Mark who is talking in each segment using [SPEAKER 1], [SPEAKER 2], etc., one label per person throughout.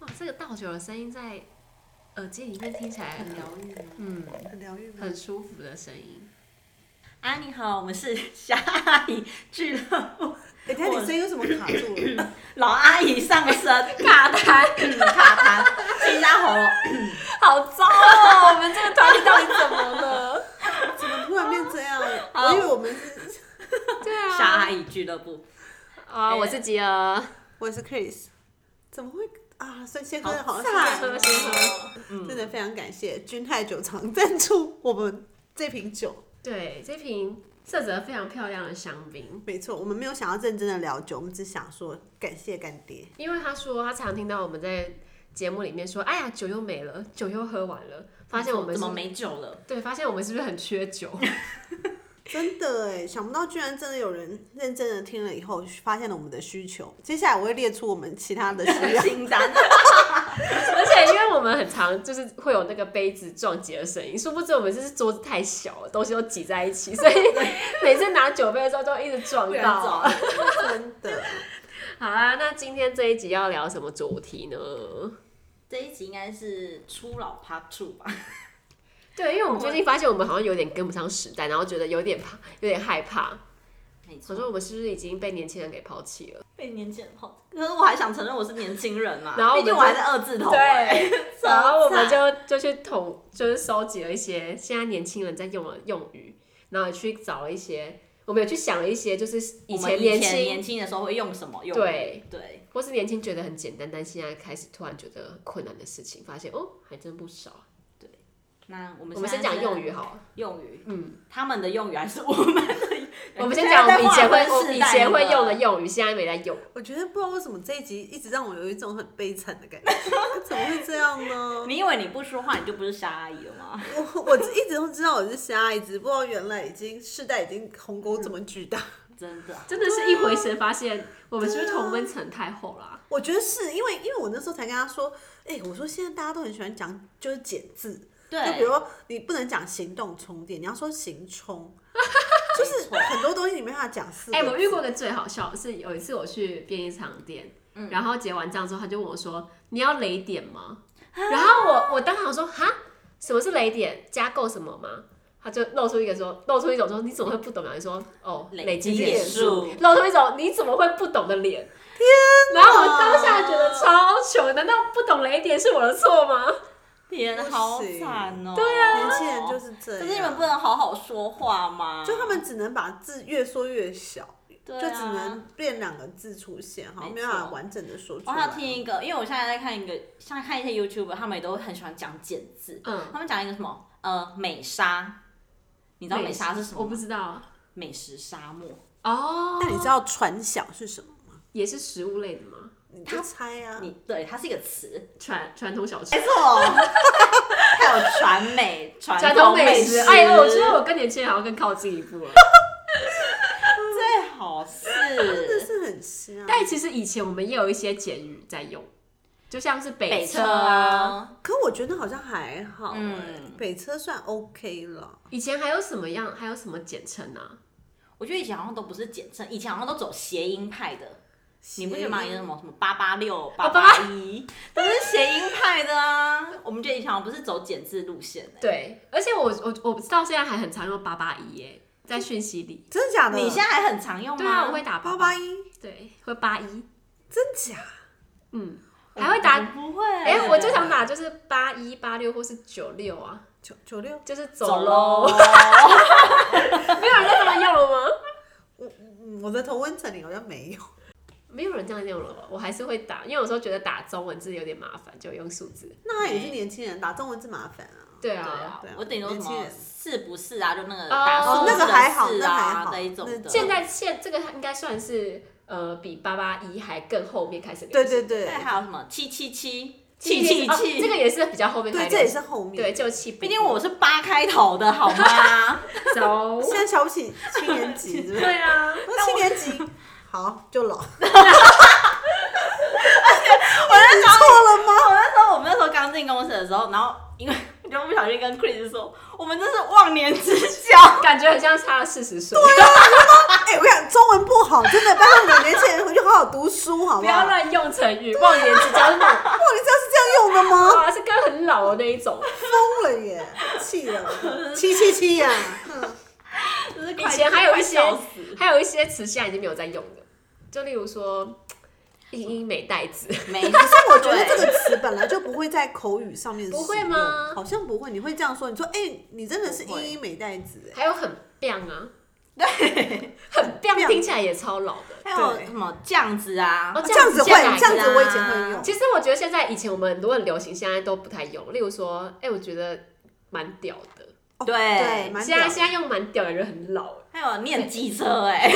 [SPEAKER 1] 哇，这个倒酒的声音在耳机里面听起来
[SPEAKER 2] 很
[SPEAKER 1] 很
[SPEAKER 2] 疗愈吗？
[SPEAKER 1] 嗯，
[SPEAKER 2] 很疗愈吗
[SPEAKER 1] 很？舒服的声音。
[SPEAKER 3] 啊，你好，我们是小阿姨俱乐部
[SPEAKER 2] 哎，等一下你声音为什么卡住 了？
[SPEAKER 3] 老阿姨上身
[SPEAKER 1] 卡痰，
[SPEAKER 3] 卡痰，清一下喉咙。
[SPEAKER 1] 好糟哦！我们这个团体到底怎么了？
[SPEAKER 2] 怎么突然变 这样？
[SPEAKER 3] 好
[SPEAKER 2] 我以为我们是，
[SPEAKER 1] 对啊，
[SPEAKER 3] 小阿姨俱乐部，
[SPEAKER 1] 啊，我是吉儿，
[SPEAKER 2] 我是 Chris，怎么会啊？先先喝
[SPEAKER 3] 好
[SPEAKER 2] 好
[SPEAKER 3] 赞
[SPEAKER 2] 像
[SPEAKER 1] 哦
[SPEAKER 2] 是
[SPEAKER 3] 嗯
[SPEAKER 2] 真的非常感谢君泰酒厂赞助我们这瓶酒。
[SPEAKER 1] 对，这瓶色泽非常漂亮的香槟，
[SPEAKER 2] 没错，我们没有想要认真的聊酒，我们只想说感谢干爹。
[SPEAKER 1] 因为他说他常听到我们在节目里面说，哎呀，酒又没了，酒又喝完了，发现我们
[SPEAKER 3] 怎
[SPEAKER 1] 是
[SPEAKER 3] 么没酒了？
[SPEAKER 1] 对，发现我们是不是很缺酒？
[SPEAKER 2] 真的哎，想不到居然真的有人认真的听了以后，发现了我们的需求。接下来我会列出我们其他的需 要。
[SPEAKER 3] 清单。
[SPEAKER 1] 而且因为我们很常就是会有那个杯子撞击的声音，殊不知我们就是桌子太小了，东西都挤在一起，所 以每次拿酒杯的时候就一直撞
[SPEAKER 3] 不然
[SPEAKER 1] 到。
[SPEAKER 3] 走
[SPEAKER 2] 真的，
[SPEAKER 1] 好啦，那今天这一集要聊什么主题呢？
[SPEAKER 3] 这一集应该是初老 Part Two 吧？
[SPEAKER 1] 对，因为我们最近发现我们好像有点跟不上时代，然后觉得有点怕，有点害怕。
[SPEAKER 3] 没
[SPEAKER 1] 我
[SPEAKER 3] 错
[SPEAKER 1] 说我们是不是已经被年轻人给抛弃了？
[SPEAKER 3] 被年轻人后，可是我还想承认我是年轻人嘛，
[SPEAKER 1] 然后我
[SPEAKER 3] 毕
[SPEAKER 1] 们
[SPEAKER 3] 竟
[SPEAKER 1] 就
[SPEAKER 3] 我还在二字头、欸，超
[SPEAKER 1] 然后我们
[SPEAKER 3] 惨
[SPEAKER 1] 就就去统，就是收集了一些现在年轻人在用的用语，然后也去找了一些，我们有去想了一些，就是以
[SPEAKER 3] 我们
[SPEAKER 1] 前
[SPEAKER 3] 以
[SPEAKER 1] 年
[SPEAKER 3] 前
[SPEAKER 1] 轻
[SPEAKER 3] 年轻的时候会用什么用？
[SPEAKER 1] 对
[SPEAKER 3] 对，
[SPEAKER 1] 或是年轻觉得很简单，但现在开始突然觉得很困难的事情，发现哦，还真不少。
[SPEAKER 3] 那我们
[SPEAKER 1] 我们先
[SPEAKER 3] 现在
[SPEAKER 1] 讲
[SPEAKER 3] 是
[SPEAKER 1] 用语好 了，
[SPEAKER 3] 用语，
[SPEAKER 1] 嗯，
[SPEAKER 3] 他们的用语还是我们的用语？
[SPEAKER 1] 我们先讲我们以前
[SPEAKER 3] 现在在划分
[SPEAKER 1] 会
[SPEAKER 3] 世
[SPEAKER 1] 以
[SPEAKER 3] 代
[SPEAKER 1] 前会用的
[SPEAKER 3] 了，
[SPEAKER 1] 用语，现在没在用。
[SPEAKER 2] 我觉得不知道为什么这一集一直让我有一种很悲惨的感觉， 怎么会这样呢？
[SPEAKER 3] 你以为你不说话你就不是傻阿姨了吗？
[SPEAKER 2] 我我一直都知道我是瞎，一直不知道原来已经世代已经鸿沟这么巨大。
[SPEAKER 3] 真的，
[SPEAKER 1] 真的是一回神，发现我们是不是同温层太厚啊啦、
[SPEAKER 2] 我觉得是因为因为我那时候才跟他说，哎、我说现在大家都很喜欢讲就是简字，就比
[SPEAKER 3] 对，
[SPEAKER 2] 如说你不能讲行动充电，你要说行充，就是
[SPEAKER 3] 没错
[SPEAKER 2] 很多东 西你没办法讲四个
[SPEAKER 1] 哎、
[SPEAKER 2] 字。
[SPEAKER 1] 我遇过一个最好笑的是，有一次我去便利商店，然后结完账之后，他就问我说：“你要雷点吗？”然后我我当场说：“哈，什么是雷点？加购什么吗？”他就露出一个说，露出一种说你怎么会不懂啊？你说哦，累积
[SPEAKER 2] 点
[SPEAKER 1] 点
[SPEAKER 3] 数
[SPEAKER 1] 露出一种你怎么会不懂的脸。天！然后我当下觉得超糗，难道不懂雷点是我的错吗？
[SPEAKER 3] 天，好惨哦、
[SPEAKER 1] 对啊
[SPEAKER 2] 年轻人就是这样，
[SPEAKER 3] 可是你们不能好好说话吗？
[SPEAKER 2] 就他们只能把字越说越小，
[SPEAKER 3] 对啊
[SPEAKER 2] 就只能变两个字出现，好像
[SPEAKER 3] 没
[SPEAKER 2] 没办法
[SPEAKER 3] 错
[SPEAKER 2] 完整的说出
[SPEAKER 3] 我
[SPEAKER 2] 来。
[SPEAKER 3] 还有听一个，因为我现在在看一个，像看一些 YouTube，他们也都很喜欢讲简字。
[SPEAKER 1] 嗯
[SPEAKER 3] 他们讲一个什么呃美沙，你知道美沙是什么
[SPEAKER 1] 我
[SPEAKER 3] 吗？
[SPEAKER 1] 不知道啊
[SPEAKER 3] 美食沙漠，
[SPEAKER 1] 哦。
[SPEAKER 2] 那你知道传小是什么吗？
[SPEAKER 1] 也是食物类的吗？
[SPEAKER 2] 你就猜啊。
[SPEAKER 3] 你对它是一个词，
[SPEAKER 1] 传传统小吃
[SPEAKER 3] 没。错。
[SPEAKER 2] 哦
[SPEAKER 3] 还有传美传
[SPEAKER 1] 传统
[SPEAKER 3] 美
[SPEAKER 1] 美食，哎呦，我觉得我跟年轻人好像更靠近一步 了。
[SPEAKER 3] 最好
[SPEAKER 2] 真
[SPEAKER 3] 是
[SPEAKER 2] 的是很瞎。
[SPEAKER 1] 但哎其实以前我们也有一些简语在用，就像是
[SPEAKER 3] 北
[SPEAKER 1] 北
[SPEAKER 3] 车
[SPEAKER 1] 车啊。
[SPEAKER 3] 啊，
[SPEAKER 2] 可我觉得好像还好、
[SPEAKER 3] 嗯
[SPEAKER 2] 嗯，北车算 OK 了。
[SPEAKER 1] 以前还有什么样，还有什么简称啊？
[SPEAKER 3] 我觉得以前好像都不是简称，以前好像都走谐音派的。你不觉得吗？
[SPEAKER 2] 谐
[SPEAKER 3] 有
[SPEAKER 2] 音
[SPEAKER 3] 什么什么八八六、八
[SPEAKER 1] 哦
[SPEAKER 3] 八一，都是谐音派的啊。我们觉得以前好像不是走简字路线的、
[SPEAKER 1] 对，而且我我我到现在还很常用八八一耶，在讯息里。
[SPEAKER 2] 真的假的？
[SPEAKER 3] 你现在还很常用吗？
[SPEAKER 1] 啊对啊，我会打
[SPEAKER 2] 八八
[SPEAKER 1] 八，
[SPEAKER 2] 一，
[SPEAKER 1] 对，会八一，
[SPEAKER 2] 真假？
[SPEAKER 1] 嗯，还会打。
[SPEAKER 3] 我哦不会。
[SPEAKER 1] 哎、我就想打就是八一八六或是九六啊，
[SPEAKER 2] 九九六，
[SPEAKER 1] 就是走
[SPEAKER 3] 走
[SPEAKER 1] 喽。
[SPEAKER 3] 喽。
[SPEAKER 1] 没有人在这么用了吗？
[SPEAKER 2] 嗯，我的同温层里好 像没有。
[SPEAKER 1] 没有人这样用了吧？我还是会打，因为有时候觉得打中文字有点麻烦，就用数字。
[SPEAKER 2] 那他也是年轻人，打中文字麻烦啊。
[SPEAKER 1] 对
[SPEAKER 3] 对
[SPEAKER 1] 啊，
[SPEAKER 3] 啊
[SPEAKER 2] 对啊，
[SPEAKER 3] 我顶多什
[SPEAKER 2] 年轻
[SPEAKER 3] 么
[SPEAKER 2] 人
[SPEAKER 3] 是不是啊？就那个
[SPEAKER 1] 哦
[SPEAKER 3] 打数字
[SPEAKER 1] 那个
[SPEAKER 3] 的
[SPEAKER 2] 还好
[SPEAKER 3] 是
[SPEAKER 2] 那还
[SPEAKER 3] 啊
[SPEAKER 2] 好
[SPEAKER 3] 那一种
[SPEAKER 2] 那
[SPEAKER 3] 的。
[SPEAKER 1] 现在现这个应该算是呃比八八一还更后面开始流
[SPEAKER 2] 对
[SPEAKER 1] 行。
[SPEAKER 2] 对对
[SPEAKER 3] 对，还有什么七七七
[SPEAKER 1] 这
[SPEAKER 3] 七
[SPEAKER 1] 个也
[SPEAKER 3] 七
[SPEAKER 1] 是，
[SPEAKER 3] 七？
[SPEAKER 1] 哦这个也是比较后面开
[SPEAKER 2] 对，
[SPEAKER 1] 始
[SPEAKER 2] 这也
[SPEAKER 1] 流行。
[SPEAKER 2] 是后面。
[SPEAKER 1] 对，，就七步。
[SPEAKER 3] 毕竟我是八开头的好吗？
[SPEAKER 1] 走。
[SPEAKER 2] 现在瞧不起青年级，对
[SPEAKER 1] 对
[SPEAKER 2] 不对？
[SPEAKER 1] 啊，
[SPEAKER 2] 为七年级，好就老，
[SPEAKER 3] 我在想
[SPEAKER 2] 哎错了吗？
[SPEAKER 3] 哦我那时候，我们那时候刚进公司的时候，然后因为我就不小心跟 Chris 说，我们这是忘年之交。
[SPEAKER 1] 感觉很像差了四十岁。
[SPEAKER 2] 哎、我想中文不好，真的，拜托你们年轻人回去好好读书，好
[SPEAKER 1] 不
[SPEAKER 2] 不好？
[SPEAKER 1] 要
[SPEAKER 2] 哇，
[SPEAKER 1] 乱用成语，忘年之交是那种，
[SPEAKER 2] 你这样是这样用的吗？
[SPEAKER 1] 哇，是跟很老的那一种。
[SPEAKER 2] 疯了耶，气了，七七七呀、嗯
[SPEAKER 3] 就是
[SPEAKER 1] 以
[SPEAKER 3] 快
[SPEAKER 1] 前还有一些
[SPEAKER 3] 快笑死，
[SPEAKER 1] 还有一些词现在已经没有在用的，就例如说英英美代子，
[SPEAKER 3] 没，可
[SPEAKER 2] 可是我觉得这个词本来就不会在口语上面使用，
[SPEAKER 1] 不会吗
[SPEAKER 2] 好像不会，你会这样说，你说，哎、你真的是
[SPEAKER 3] 不会
[SPEAKER 2] 英英美代子哎，
[SPEAKER 1] 还有很 biang 啊，
[SPEAKER 3] 对，
[SPEAKER 1] 很 biang
[SPEAKER 2] 棒
[SPEAKER 1] 听起来也超老的。
[SPEAKER 3] 还有
[SPEAKER 2] 对
[SPEAKER 3] 什么酱子啊，
[SPEAKER 1] 哦
[SPEAKER 2] 这样子会，
[SPEAKER 1] 酱
[SPEAKER 2] 这样
[SPEAKER 1] 酱
[SPEAKER 2] 子我以前会用，
[SPEAKER 1] 其实我觉得现在以前我们很多很流行，现在都不太用。例如说，哎、我觉得蛮屌的，
[SPEAKER 2] 哦
[SPEAKER 3] 对
[SPEAKER 2] 对，蛮
[SPEAKER 1] 现
[SPEAKER 2] 屌
[SPEAKER 1] 在
[SPEAKER 2] 的
[SPEAKER 1] 现在用蛮屌的人很老。
[SPEAKER 3] 还有念机车哎、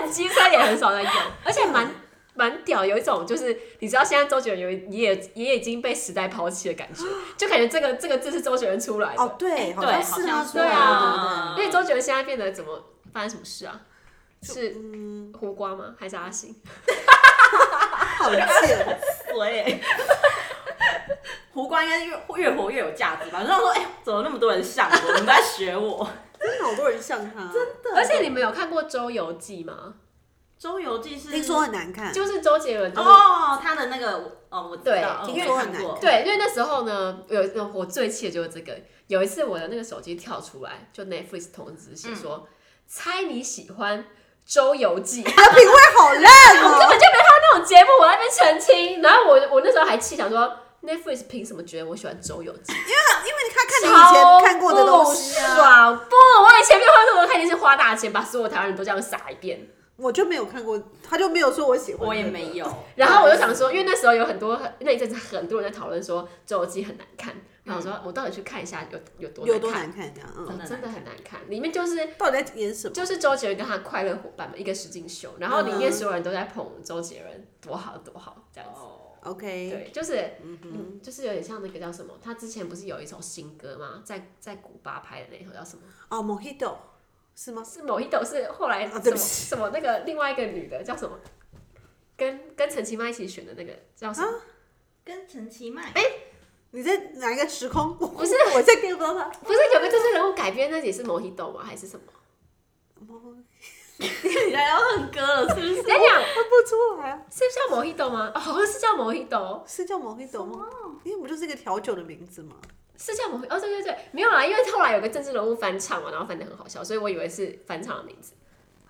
[SPEAKER 1] 很机车也很少在用， 而且蛮蛮屌，有一种就是你知道现在周杰伦有一也也已经被时代抛弃的感觉，就感觉这个这个字是周杰伦出来的，
[SPEAKER 2] 哦，对，好
[SPEAKER 3] 对
[SPEAKER 2] 像
[SPEAKER 3] 好
[SPEAKER 2] 是
[SPEAKER 3] 像
[SPEAKER 2] 他
[SPEAKER 3] 是
[SPEAKER 2] 出来
[SPEAKER 3] 啊
[SPEAKER 2] 的，
[SPEAKER 1] 因为周杰伦现在变得怎么发生什么事啊？是
[SPEAKER 2] 嗯，
[SPEAKER 1] 胡瓜吗？还是阿信？
[SPEAKER 2] 好哦贱，
[SPEAKER 3] 对，胡瓜应该越越活越有价值吧？然后说，哎、怎么那么多人像我？你们在学我？
[SPEAKER 2] 真的好多人像他，真的
[SPEAKER 1] 而且你们有看过《周游记》吗？
[SPEAKER 3] 周游记是
[SPEAKER 2] 听说很难看，
[SPEAKER 1] 就是周杰伦，就是、
[SPEAKER 3] 哦，他的那个哦，我知道，
[SPEAKER 1] 对
[SPEAKER 3] 我
[SPEAKER 2] 听
[SPEAKER 3] 也
[SPEAKER 2] 说
[SPEAKER 3] 看
[SPEAKER 2] 很难
[SPEAKER 3] 过，
[SPEAKER 1] 对，因为那时候呢，有有我最气的就是这个。有一次我的那个手机跳出来，就 Netflix 通知
[SPEAKER 2] 嗯
[SPEAKER 1] 写说，猜你喜欢《周游记》。
[SPEAKER 2] 他的品味好烂
[SPEAKER 1] 我根
[SPEAKER 2] 哦，
[SPEAKER 1] 本就没看到那种节目，我在那边澄清。然后我我那时候还气，想说 Netflix 凭什么觉得我喜欢周游记？
[SPEAKER 2] 因为你看看你以前看过的东西
[SPEAKER 1] 超不
[SPEAKER 2] 啊，
[SPEAKER 1] 爽不，我以前没有看过，我看电视花大钱把所有台湾人都这样撒一遍。
[SPEAKER 2] 我就没有看过，他就没有说我喜欢，
[SPEAKER 3] 我也没。有。
[SPEAKER 1] 然后我就想说，因为那时候有很多那一阵子很多人在讨论说周游记很难看，然后我说我到底去看一下有有多
[SPEAKER 2] 嗯有多
[SPEAKER 1] 看
[SPEAKER 2] 难。看这样，
[SPEAKER 1] 嗯
[SPEAKER 2] 嗯，
[SPEAKER 1] 真的很难看，里面就是
[SPEAKER 2] 到底在演什么？
[SPEAKER 1] 就是周杰伦跟他的快乐伙伴们，一个石敬秀，然后里面所有人都在捧周杰伦多好多好这样子。
[SPEAKER 3] 哦
[SPEAKER 2] OK，
[SPEAKER 1] 对，就是，嗯，就是有点像那个叫什么，他之前不是有一首新歌吗？在在古巴拍的那一首叫什么？
[SPEAKER 2] 哦，Mojito 是吗？
[SPEAKER 1] 是某一首是后来
[SPEAKER 2] 哦啊
[SPEAKER 1] 什
[SPEAKER 2] 对
[SPEAKER 1] 么
[SPEAKER 2] 不起
[SPEAKER 1] 什么那个另外一个女的叫什么？跟跟陈绮麦一起选的那个叫什么？
[SPEAKER 3] 跟陈其迈，
[SPEAKER 2] 你在哪一个时空？ 我
[SPEAKER 1] 不是
[SPEAKER 2] 我在 get 不到他。
[SPEAKER 1] 不是有个真实人物改编，那也是某一豆吗？还是什么？
[SPEAKER 3] 你在要哼歌了是不是？
[SPEAKER 1] 你在讲
[SPEAKER 2] 分不出来啊，
[SPEAKER 1] 是叫某一豆吗？哦，好像是叫某一豆，
[SPEAKER 2] 是叫 Mojito 吗？因为不就是一个调酒的名字吗？
[SPEAKER 1] 是叫某哦，对对对，没有啦，因为后来有个政治人物翻唱嘛，然后翻的很好笑，所以我以为是翻唱的名字。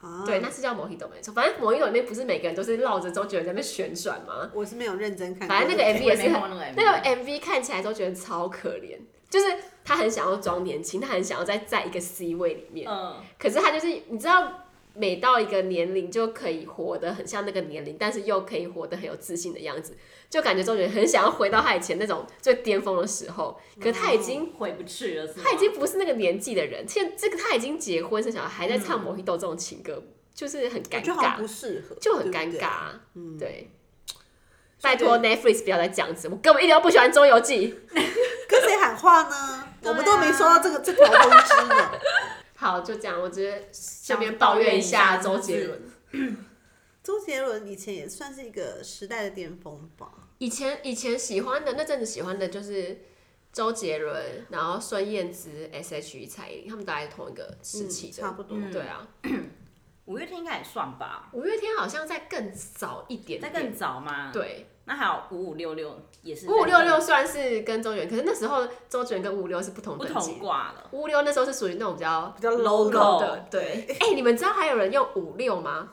[SPEAKER 2] 啊，
[SPEAKER 1] 对，那是叫某一豆没错。反正某一豆里面不是每个人都是绕着周杰伦在那边旋转吗？
[SPEAKER 2] 我是没有认真看过。
[SPEAKER 1] 反正那个
[SPEAKER 3] 我
[SPEAKER 1] MV 也
[SPEAKER 3] 哎也没
[SPEAKER 1] 是
[SPEAKER 3] 看
[SPEAKER 1] 很，
[SPEAKER 3] 过那个 MV，
[SPEAKER 1] 那个 MV 看起来都觉得超可怜，就是他很想要装年轻，他很想要再在一个 C 位里面，
[SPEAKER 3] 嗯，
[SPEAKER 1] 可是他就是你知道。每到一个年龄就可以活得很像那个年龄，但是又可以活得很有自信的样子，就感觉周杰伦很想要回到他以前那种最巅峰的时候。可他已经、
[SPEAKER 3] 回不去了是吗？
[SPEAKER 1] 他已经不是那个年纪的人，现在这个他已经结婚生小孩，还在唱《摩西豆》这种情歌，就是很
[SPEAKER 2] 我
[SPEAKER 1] 尴
[SPEAKER 2] 觉得好像
[SPEAKER 1] 尬，
[SPEAKER 2] 不适合，
[SPEAKER 1] 就很
[SPEAKER 2] 对不
[SPEAKER 1] 尴
[SPEAKER 2] 对
[SPEAKER 1] 尬。。嗯，对。
[SPEAKER 2] 所以
[SPEAKER 1] 拜托 Netflix 不要再这样子，我根本一点都不喜欢《周游记》。
[SPEAKER 2] 跟谁喊话呢？
[SPEAKER 3] 对啊
[SPEAKER 2] 我们都没收到这个这条通知呢。
[SPEAKER 1] 好，就这样，我只是顺便抱怨一下周杰伦。
[SPEAKER 2] 周杰伦以前也算是一个时代的巅峰吧。
[SPEAKER 1] 以前以前喜欢的那阵子喜欢的就是周杰伦，然后孙燕姿、S.H.E、蔡依林，他们大概同一个时期
[SPEAKER 2] 嗯
[SPEAKER 1] 的，
[SPEAKER 2] 差不多
[SPEAKER 1] 对啊，
[SPEAKER 3] 五月天应该也算吧，
[SPEAKER 1] 五月天好像在更早一点
[SPEAKER 3] 在
[SPEAKER 1] 点，
[SPEAKER 3] 更早嘛。，
[SPEAKER 1] 对。
[SPEAKER 3] 那还有五五六六也是在
[SPEAKER 1] 五五六六虽然是跟周杰伦，可是那时候周杰伦跟五五六是不同
[SPEAKER 3] 不
[SPEAKER 1] 等
[SPEAKER 3] 同
[SPEAKER 1] 级。
[SPEAKER 3] 挂了。
[SPEAKER 1] 五五六那时候是属于那种比较
[SPEAKER 2] 比较
[SPEAKER 3] low 的
[SPEAKER 1] low 的，对。 哎、你们知道还有人用五六吗？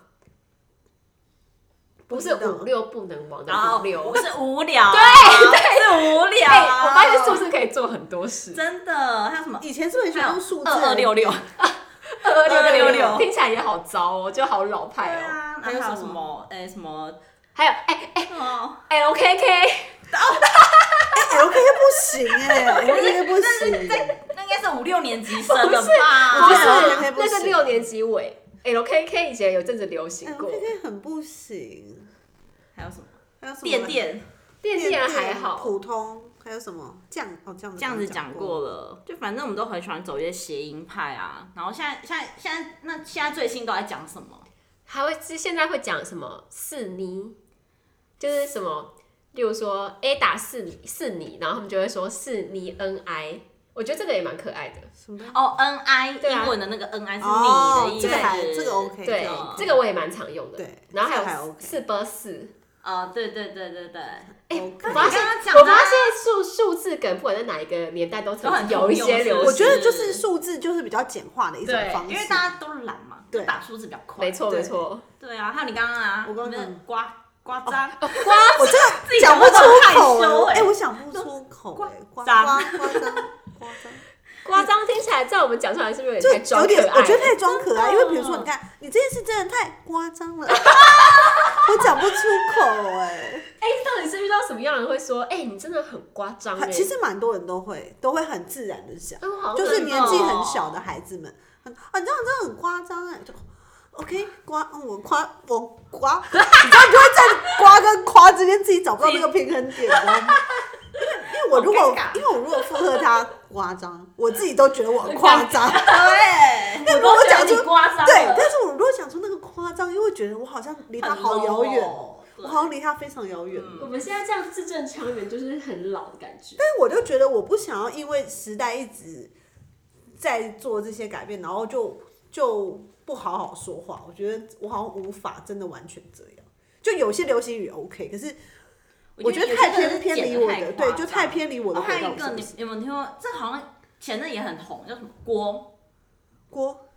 [SPEAKER 1] 不是
[SPEAKER 2] 不知道
[SPEAKER 1] 五六不能亡的
[SPEAKER 3] 然后
[SPEAKER 1] 五六
[SPEAKER 3] 啊我。哦是无聊，对对，是无聊。啊
[SPEAKER 1] 哎、我发现数字可以做很多事，
[SPEAKER 3] 真的，还有什么
[SPEAKER 2] 以前是不是很喜欢用数字？
[SPEAKER 3] 二二六六？
[SPEAKER 1] 二
[SPEAKER 3] 二六六
[SPEAKER 1] 听起来也好糟哦，就好老派哦。
[SPEAKER 3] 啊，
[SPEAKER 2] 还有
[SPEAKER 3] 然后还有
[SPEAKER 2] 什
[SPEAKER 3] 什
[SPEAKER 2] 么
[SPEAKER 3] 么？哎，什么？
[SPEAKER 1] 还有哎哎
[SPEAKER 3] 什么？
[SPEAKER 1] L K K，
[SPEAKER 2] 哎，LK 不行哎，LK 不行。哎
[SPEAKER 3] 那应该是五六年级生了
[SPEAKER 2] 不
[SPEAKER 1] 不
[SPEAKER 2] 是
[SPEAKER 1] 是
[SPEAKER 3] 吧？
[SPEAKER 2] LKK 不
[SPEAKER 1] 那是
[SPEAKER 2] 行
[SPEAKER 1] 六年级尾。L K K 以前有阵子流行过，
[SPEAKER 2] LK 很不行。
[SPEAKER 3] 还有什么？
[SPEAKER 2] 还有什么？
[SPEAKER 3] 电电
[SPEAKER 1] 电
[SPEAKER 2] 电
[SPEAKER 1] 电
[SPEAKER 2] 电
[SPEAKER 1] 还好，
[SPEAKER 2] 普通。还有什么这样哦这样子
[SPEAKER 3] 这样子
[SPEAKER 2] 讲
[SPEAKER 3] 讲过了，就反正我们都很喜欢走一些谐音派啊。然后现在、现在、现在，那现在最新都在讲什么？
[SPEAKER 1] 还会是现在会讲什么四你，就是什么，例如说 A 打四你四你，然后他们就会说四你 N I，我觉得这个也蛮可爱的。
[SPEAKER 2] 什么？
[SPEAKER 3] 哦，N I，、
[SPEAKER 1] 对啊
[SPEAKER 3] 英文的那个 N I 是
[SPEAKER 2] 哦
[SPEAKER 3] 你的意思。
[SPEAKER 2] 这个还这个 OK，
[SPEAKER 1] 对
[SPEAKER 2] 这个 OK，
[SPEAKER 1] 这个我也蛮常用的。
[SPEAKER 2] 对
[SPEAKER 1] 然后
[SPEAKER 2] 这个
[SPEAKER 1] 还
[SPEAKER 2] 还
[SPEAKER 1] 有
[SPEAKER 2] OK
[SPEAKER 1] 四波四。
[SPEAKER 3] 哦，对对对对对，
[SPEAKER 1] 哎、
[SPEAKER 2] OK
[SPEAKER 1] 我发现，
[SPEAKER 3] 你刚刚讲的啊
[SPEAKER 1] 我发现数数字梗，不管在哪一个年代，都曾经有一些流
[SPEAKER 3] 都
[SPEAKER 1] 行。
[SPEAKER 3] 很通用
[SPEAKER 2] 我觉得就是数字就是比较简化的一种
[SPEAKER 1] 对
[SPEAKER 2] 方式，
[SPEAKER 3] 因为大家都懒嘛，
[SPEAKER 2] 对
[SPEAKER 3] 就打数字比较快。
[SPEAKER 1] 没错，
[SPEAKER 2] 对
[SPEAKER 1] 没错。
[SPEAKER 3] 对啊，还有你刚刚啊，
[SPEAKER 2] 我刚刚
[SPEAKER 3] 你们的刮刮痧，
[SPEAKER 2] 我这
[SPEAKER 3] 自己
[SPEAKER 2] 讲不
[SPEAKER 3] 讲得很
[SPEAKER 2] 出
[SPEAKER 3] 害羞
[SPEAKER 2] 口哎、
[SPEAKER 3] 哎
[SPEAKER 2] 欸我想不出口哎、
[SPEAKER 3] 刮
[SPEAKER 2] 刮刮刮张刮张，
[SPEAKER 1] 夸张听起来，在我们讲出来是不是有
[SPEAKER 2] 就
[SPEAKER 1] 点太装
[SPEAKER 2] 有
[SPEAKER 1] 可
[SPEAKER 2] 点
[SPEAKER 1] 爱？
[SPEAKER 2] 我觉得太装可爱，因
[SPEAKER 3] 真的
[SPEAKER 2] 为比如说你看你这件事真的太夸张 了，我讲不出口哎、
[SPEAKER 1] 哎、到底是遇到什么样的人会说，哎、你真的很夸张、欸？
[SPEAKER 2] 其实蛮多人都会都会很自然的讲，
[SPEAKER 1] 嗯，好恶
[SPEAKER 2] 就
[SPEAKER 1] 心哦，
[SPEAKER 2] 是年纪很小的孩子们，很啊你知道你真的很夸张哎，就 OK 刮嗯我夸我刮，你知道你就会在刮跟夸之间自己找不到那个平衡点，你知 道吗？因为因为我如
[SPEAKER 3] 好
[SPEAKER 2] 果
[SPEAKER 3] 尴尬
[SPEAKER 2] 因为我如果附和他夸张，我自己都觉得我夸张。
[SPEAKER 3] 对，
[SPEAKER 2] 但
[SPEAKER 3] 我
[SPEAKER 2] 如果
[SPEAKER 3] 都觉
[SPEAKER 2] 讲
[SPEAKER 3] 得
[SPEAKER 2] 出
[SPEAKER 3] 你刮痧了
[SPEAKER 2] 对，但是我如果讲出那个夸张，又会觉得我好像离他
[SPEAKER 3] 很
[SPEAKER 2] 好遥
[SPEAKER 3] low
[SPEAKER 2] 远，
[SPEAKER 3] 哦对嗯
[SPEAKER 2] 我好像离他非常遥远。
[SPEAKER 1] 我们现在这样字正腔圆，就是很老的感觉。
[SPEAKER 2] 但我就觉得我不想要因为时代一直在做这些改变，然后就就不好好说话。我觉得我好像无法真的完全这样。就有些流行语 OK，可是我觉得太偏偏离我的，对，就太。偏离我
[SPEAKER 3] 我
[SPEAKER 2] 的
[SPEAKER 3] 哦还
[SPEAKER 2] 轨
[SPEAKER 3] 有
[SPEAKER 2] 道
[SPEAKER 3] 一个，
[SPEAKER 2] 是不
[SPEAKER 3] 你
[SPEAKER 2] 是。
[SPEAKER 3] 你们听过？这好像前阵也很红，叫什么锅？
[SPEAKER 2] 锅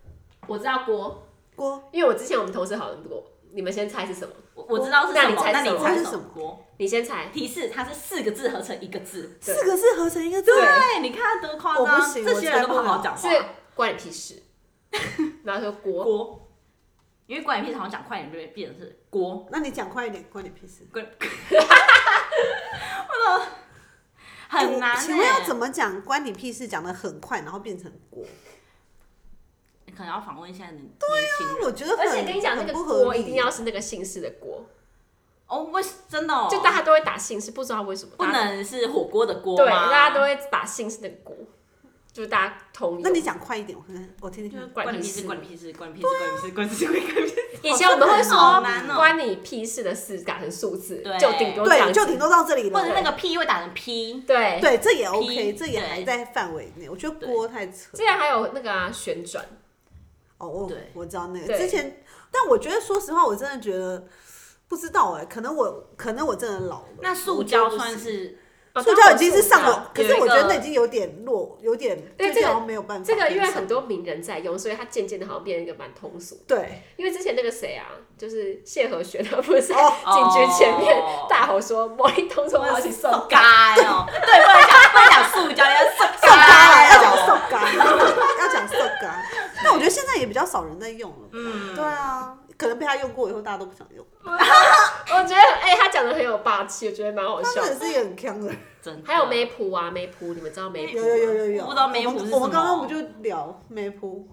[SPEAKER 1] 我知道锅，
[SPEAKER 2] 锅
[SPEAKER 1] 因为我之前我们同事讨论过，你们先猜是什么？
[SPEAKER 3] 我我知道是什么，
[SPEAKER 1] 那
[SPEAKER 3] 那
[SPEAKER 1] 你猜
[SPEAKER 3] 你
[SPEAKER 1] 什么
[SPEAKER 3] 猜
[SPEAKER 2] 是什么
[SPEAKER 3] 锅？
[SPEAKER 1] 你先猜。
[SPEAKER 3] 提示它是四个字合成一个字。
[SPEAKER 1] 对
[SPEAKER 2] 四个字合成一个字，
[SPEAKER 3] 对，你看它多夸
[SPEAKER 2] 我不
[SPEAKER 3] 张，
[SPEAKER 2] 行
[SPEAKER 3] 这些人都不好好讲
[SPEAKER 1] 是
[SPEAKER 3] 话。
[SPEAKER 1] 关你屁 事。然后说锅，
[SPEAKER 3] 锅，因为关于屁好像讲快点就会变成是锅。
[SPEAKER 2] 那你讲快一点，关你屁事。
[SPEAKER 3] 很难、欸。
[SPEAKER 2] 哎请问要怎么讲？关你屁事，讲的很快，然后变成锅。
[SPEAKER 3] 可能要访问一下你年轻人。
[SPEAKER 2] 我觉得很
[SPEAKER 1] 而且跟你讲，那
[SPEAKER 2] 很
[SPEAKER 1] 个
[SPEAKER 2] 不合
[SPEAKER 1] 锅
[SPEAKER 2] 理
[SPEAKER 1] 一定要是那个姓氏的锅，
[SPEAKER 3] 哦，为什真的、哦，
[SPEAKER 1] 就大家都会打姓氏，不知道为什么。
[SPEAKER 3] 不
[SPEAKER 1] 大家
[SPEAKER 3] 能是火锅的锅
[SPEAKER 1] 对，
[SPEAKER 3] 吗
[SPEAKER 1] 大家都会打姓氏的锅，就是大家同意。
[SPEAKER 2] 那你讲快一点，我看看，我听听
[SPEAKER 3] 就是
[SPEAKER 2] 看。
[SPEAKER 3] 关你屁事，关你屁事，关你屁事，关你屁事，关你屁事，关你屁事。
[SPEAKER 1] 以前我们会说
[SPEAKER 3] 好难哦
[SPEAKER 1] 关你屁事的事打成数字，
[SPEAKER 3] 对
[SPEAKER 1] 就顶多这样
[SPEAKER 2] 对，
[SPEAKER 1] 子
[SPEAKER 2] 就顶多到这里
[SPEAKER 3] 或者
[SPEAKER 2] 了。哦
[SPEAKER 3] 那个 P 会打成 P，
[SPEAKER 1] 对。
[SPEAKER 2] 对，这也
[SPEAKER 3] P，
[SPEAKER 2] OK，这也
[SPEAKER 3] 对
[SPEAKER 2] 还在范围内。我觉得锅太扯。
[SPEAKER 1] 之前还有那个啊旋转，
[SPEAKER 2] 哦，我
[SPEAKER 3] 对
[SPEAKER 2] 我知道那个
[SPEAKER 1] 对
[SPEAKER 2] 之前，但我觉得说实话，我真的觉得不知道哎、可能我可能我真的老了。
[SPEAKER 3] 那塑
[SPEAKER 2] 我觉得
[SPEAKER 3] 胶
[SPEAKER 2] 不
[SPEAKER 3] 算
[SPEAKER 2] 行
[SPEAKER 3] 是
[SPEAKER 1] 哦
[SPEAKER 2] 塑胶已经是上
[SPEAKER 1] 当
[SPEAKER 2] 了
[SPEAKER 1] 然，
[SPEAKER 2] 可
[SPEAKER 3] 有
[SPEAKER 2] 是
[SPEAKER 3] 一个
[SPEAKER 2] 我觉得那已经有点弱，有点
[SPEAKER 1] 对
[SPEAKER 2] 就
[SPEAKER 1] 这个
[SPEAKER 2] 是好像没有办法
[SPEAKER 1] 这
[SPEAKER 2] 跟上。
[SPEAKER 1] 个因为很多名人在用，所以它渐渐的好像变成一个蛮通俗。
[SPEAKER 2] 对
[SPEAKER 1] 因为之前那个谁啊，就是谢和弦，啊他不是在
[SPEAKER 2] 哦
[SPEAKER 1] 警局前面
[SPEAKER 3] 哦
[SPEAKER 1] 大吼说“魔力通通要去送
[SPEAKER 3] 该哦，对，不能讲不能讲塑胶，要塑
[SPEAKER 2] 瘦嘎要讲
[SPEAKER 3] 哦
[SPEAKER 2] 瘦嘎，要讲瘦嘎。那我觉得现在也比较少人在用了。
[SPEAKER 3] 嗯
[SPEAKER 2] 对啊，可能被他用过以后，大家都不想用。”，
[SPEAKER 1] 我觉得哎、他讲的很有霸气，我觉得蛮好
[SPEAKER 2] 他
[SPEAKER 1] 笑
[SPEAKER 2] 真
[SPEAKER 1] 的。
[SPEAKER 2] 的是也很强的。
[SPEAKER 3] 真的
[SPEAKER 1] 还有梅普啊，梅普，你们知道梅普吗？
[SPEAKER 2] 有有有有有，
[SPEAKER 3] 我不知道梅
[SPEAKER 2] 我
[SPEAKER 3] 普
[SPEAKER 2] 们
[SPEAKER 3] 是什么
[SPEAKER 2] 我们刚刚不就聊梅普，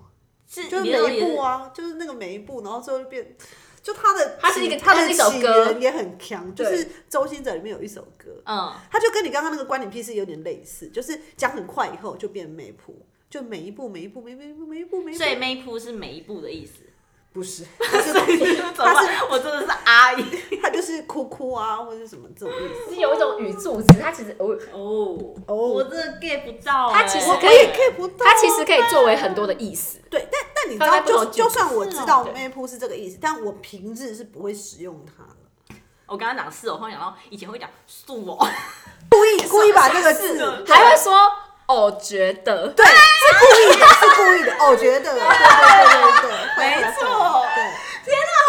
[SPEAKER 3] 是
[SPEAKER 2] 就是
[SPEAKER 3] 你那种
[SPEAKER 2] 每
[SPEAKER 3] 也
[SPEAKER 2] 一
[SPEAKER 3] 是
[SPEAKER 2] 步啊，就是那个每一步，然后最后就变，就他的
[SPEAKER 1] 它是一个
[SPEAKER 2] 他
[SPEAKER 1] 它
[SPEAKER 2] 的
[SPEAKER 1] 是一首
[SPEAKER 2] 起
[SPEAKER 1] 歌
[SPEAKER 2] 源也很强，就是周星哲里面有一首歌，
[SPEAKER 3] 嗯，
[SPEAKER 2] 他就跟你刚刚那个关你屁事有点类似，就是讲很快以后就变梅普。就每一步，每一步，每一步，每一步，每一步
[SPEAKER 3] 所，以每一步是每一步的意思。
[SPEAKER 2] 不是，他是
[SPEAKER 3] 他是我真的是阿姨
[SPEAKER 2] 他就是哭哭啊，或者什么这种意思。
[SPEAKER 1] 是有一种语助词，它其实我
[SPEAKER 3] 哦
[SPEAKER 2] 哦
[SPEAKER 3] 我真的 get 不到欸。
[SPEAKER 1] 它其实
[SPEAKER 2] 我
[SPEAKER 1] 可
[SPEAKER 2] 我
[SPEAKER 1] 以
[SPEAKER 2] 也 get 不到啊，
[SPEAKER 1] 它其实可以作为很多的意 思。
[SPEAKER 2] 对，但但你知
[SPEAKER 1] 放在
[SPEAKER 2] 道，
[SPEAKER 1] 不同
[SPEAKER 2] 就
[SPEAKER 1] 句子
[SPEAKER 2] 就算我知道
[SPEAKER 1] 是哦对
[SPEAKER 2] map 是这个意思，但我平日是不会使用它的。
[SPEAKER 3] 我刚刚讲是哦，后来讲到以前会讲素哦，
[SPEAKER 2] 故意故意把这个字，
[SPEAKER 3] 的
[SPEAKER 2] 对
[SPEAKER 1] 还会说哦，觉得
[SPEAKER 2] 对，是故意的，是故意的。哦，觉得，对对对对对，
[SPEAKER 3] 没错
[SPEAKER 2] 对。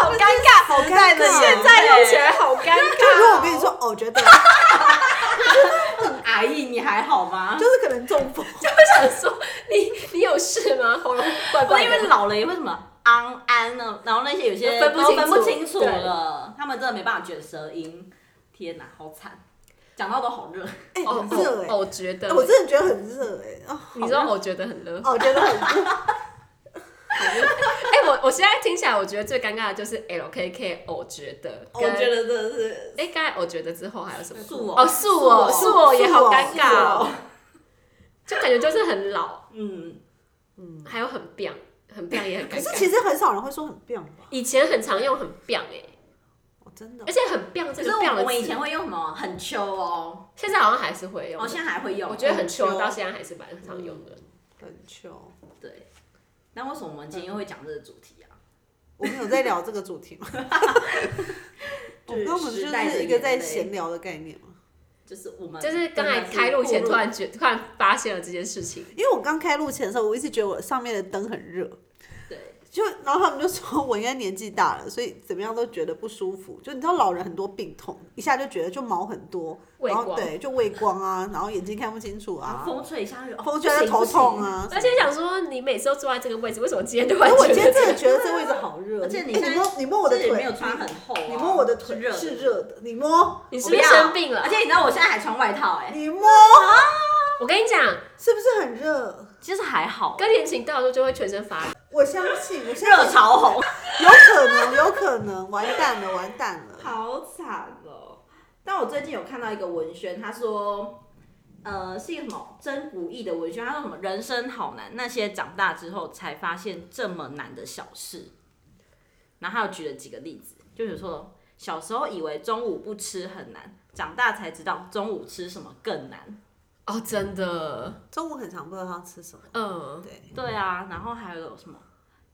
[SPEAKER 1] 好尴尬，
[SPEAKER 2] 好尴尬啊
[SPEAKER 1] 现在用起来好尴
[SPEAKER 2] 就如果我
[SPEAKER 1] 尬
[SPEAKER 2] 跟你
[SPEAKER 1] 哦。
[SPEAKER 2] 说，哦，觉得，
[SPEAKER 3] 阿姨你还好吗？
[SPEAKER 2] 就是可能中风，
[SPEAKER 1] 就会想说你你有事吗？喉咙怪
[SPEAKER 3] 不是
[SPEAKER 1] 怪
[SPEAKER 3] 因为
[SPEAKER 1] 的。
[SPEAKER 3] 老了也会什么安安呢，然后那些有些
[SPEAKER 1] 分不清楚
[SPEAKER 3] 都分不清楚了，他们真的没办法卷舌音。天哪，好惨！讲到都好热，
[SPEAKER 2] 哎，
[SPEAKER 1] 哦
[SPEAKER 2] 很热
[SPEAKER 1] 哦
[SPEAKER 2] 哎，
[SPEAKER 1] 哦，觉得欸
[SPEAKER 2] 哎我真的觉得很热哎，哦，
[SPEAKER 1] 你知道我觉得很热。
[SPEAKER 2] 哦，觉得很热，
[SPEAKER 1] 哎、但我我现在听起来，我觉得最尴尬的就是 LKK，我哦觉得，
[SPEAKER 3] 哦我觉得真的是
[SPEAKER 1] 哎，刚才我觉得之后还有什么？
[SPEAKER 3] 素
[SPEAKER 1] 哦，
[SPEAKER 3] 哦，
[SPEAKER 1] 素哦，
[SPEAKER 2] 素
[SPEAKER 1] 素
[SPEAKER 2] 偶
[SPEAKER 1] 哦也好尴
[SPEAKER 2] 素
[SPEAKER 1] 尬
[SPEAKER 2] 偶
[SPEAKER 1] 哦，就感觉就是很老，
[SPEAKER 3] 嗯，
[SPEAKER 1] 还有很 b 很 b 也很
[SPEAKER 2] 可
[SPEAKER 1] 尴
[SPEAKER 2] 是其
[SPEAKER 1] 尬。
[SPEAKER 2] 实很少人会说很棒吧？
[SPEAKER 1] 以前很常用很 b 哎，
[SPEAKER 2] 哦，真的
[SPEAKER 1] 而且很 b
[SPEAKER 3] 可
[SPEAKER 1] 这
[SPEAKER 3] 是
[SPEAKER 1] 个
[SPEAKER 3] 我
[SPEAKER 1] b 的
[SPEAKER 3] 我以
[SPEAKER 1] 字，
[SPEAKER 3] 前会用什么很秋哦，
[SPEAKER 1] 现在好像还是会用
[SPEAKER 3] 我。现在还会用，
[SPEAKER 1] 我觉得很
[SPEAKER 2] 很
[SPEAKER 1] 秋，
[SPEAKER 2] 秋
[SPEAKER 1] 到现在还是蛮常用的。
[SPEAKER 2] 很糗。
[SPEAKER 3] 哦对。那为什么我们今天会讲这个主题啊？
[SPEAKER 2] 我们有在聊这个主题吗？我
[SPEAKER 3] 就是
[SPEAKER 2] 根本
[SPEAKER 3] 时
[SPEAKER 2] 就
[SPEAKER 3] 代的
[SPEAKER 2] 是一个在
[SPEAKER 3] 眼泪
[SPEAKER 2] 闲聊的概念嘛。
[SPEAKER 3] 就是我们
[SPEAKER 1] 就是刚才开录前突然觉突然发现了这件事情，
[SPEAKER 2] 因为我刚开录前的时候，我一直觉得我上面的灯很热，
[SPEAKER 3] 对，
[SPEAKER 2] 就然后他们就说我应该年纪大了，所以怎么样都觉得不舒服。就你知道老人很多病痛，一下就觉得就毛很多，
[SPEAKER 1] 畏
[SPEAKER 2] 然
[SPEAKER 1] 光
[SPEAKER 2] 后对就畏光啊，然后眼睛看不清楚啊，
[SPEAKER 3] 风吹一下就哦
[SPEAKER 2] 风吹来头痛，啊。
[SPEAKER 1] 而且想说你每次都坐在这个位置，为什么今天突
[SPEAKER 2] 哎
[SPEAKER 1] 然
[SPEAKER 2] 我
[SPEAKER 1] 觉
[SPEAKER 2] 今天真的
[SPEAKER 1] 得？
[SPEAKER 2] 觉得这位置好热，
[SPEAKER 3] 而且
[SPEAKER 2] 你
[SPEAKER 3] 你现
[SPEAKER 2] 哎
[SPEAKER 3] 在
[SPEAKER 2] 摸你摸
[SPEAKER 3] 不
[SPEAKER 2] 我
[SPEAKER 3] 行
[SPEAKER 2] 的
[SPEAKER 3] 不行这也没有
[SPEAKER 2] 腿，
[SPEAKER 3] 穿很厚啊，
[SPEAKER 2] 你摸我的腿
[SPEAKER 3] 热的
[SPEAKER 2] 是热的，你摸
[SPEAKER 1] 你是不是
[SPEAKER 3] 我不要
[SPEAKER 1] 生病
[SPEAKER 3] 而
[SPEAKER 1] 了？
[SPEAKER 3] 且你知道我现在还穿外套哎，
[SPEAKER 2] 你摸
[SPEAKER 1] 我跟你讲，
[SPEAKER 2] 是不是很热？
[SPEAKER 3] 其实还好，
[SPEAKER 1] 更年期到的时候就会全身发热。
[SPEAKER 2] 我相信，我相
[SPEAKER 3] 热
[SPEAKER 2] 信
[SPEAKER 3] 潮红，
[SPEAKER 2] 有可能，有可能，完蛋了，完蛋了。
[SPEAKER 3] 好惨哦！但我最近有看到一个文宣，他说，呃，是一个什么真不易的文宣，他说什么人生好难，那些长大之后才发现这么难的小事。然后他又举了几个例子，就比如说小时候以为中午不吃很难，长大才知道中午吃什么更难。
[SPEAKER 1] 哦，真的，
[SPEAKER 2] 中午很常不知道要吃什么，
[SPEAKER 1] 嗯，
[SPEAKER 2] 对，
[SPEAKER 3] 对啊，然后还有什么？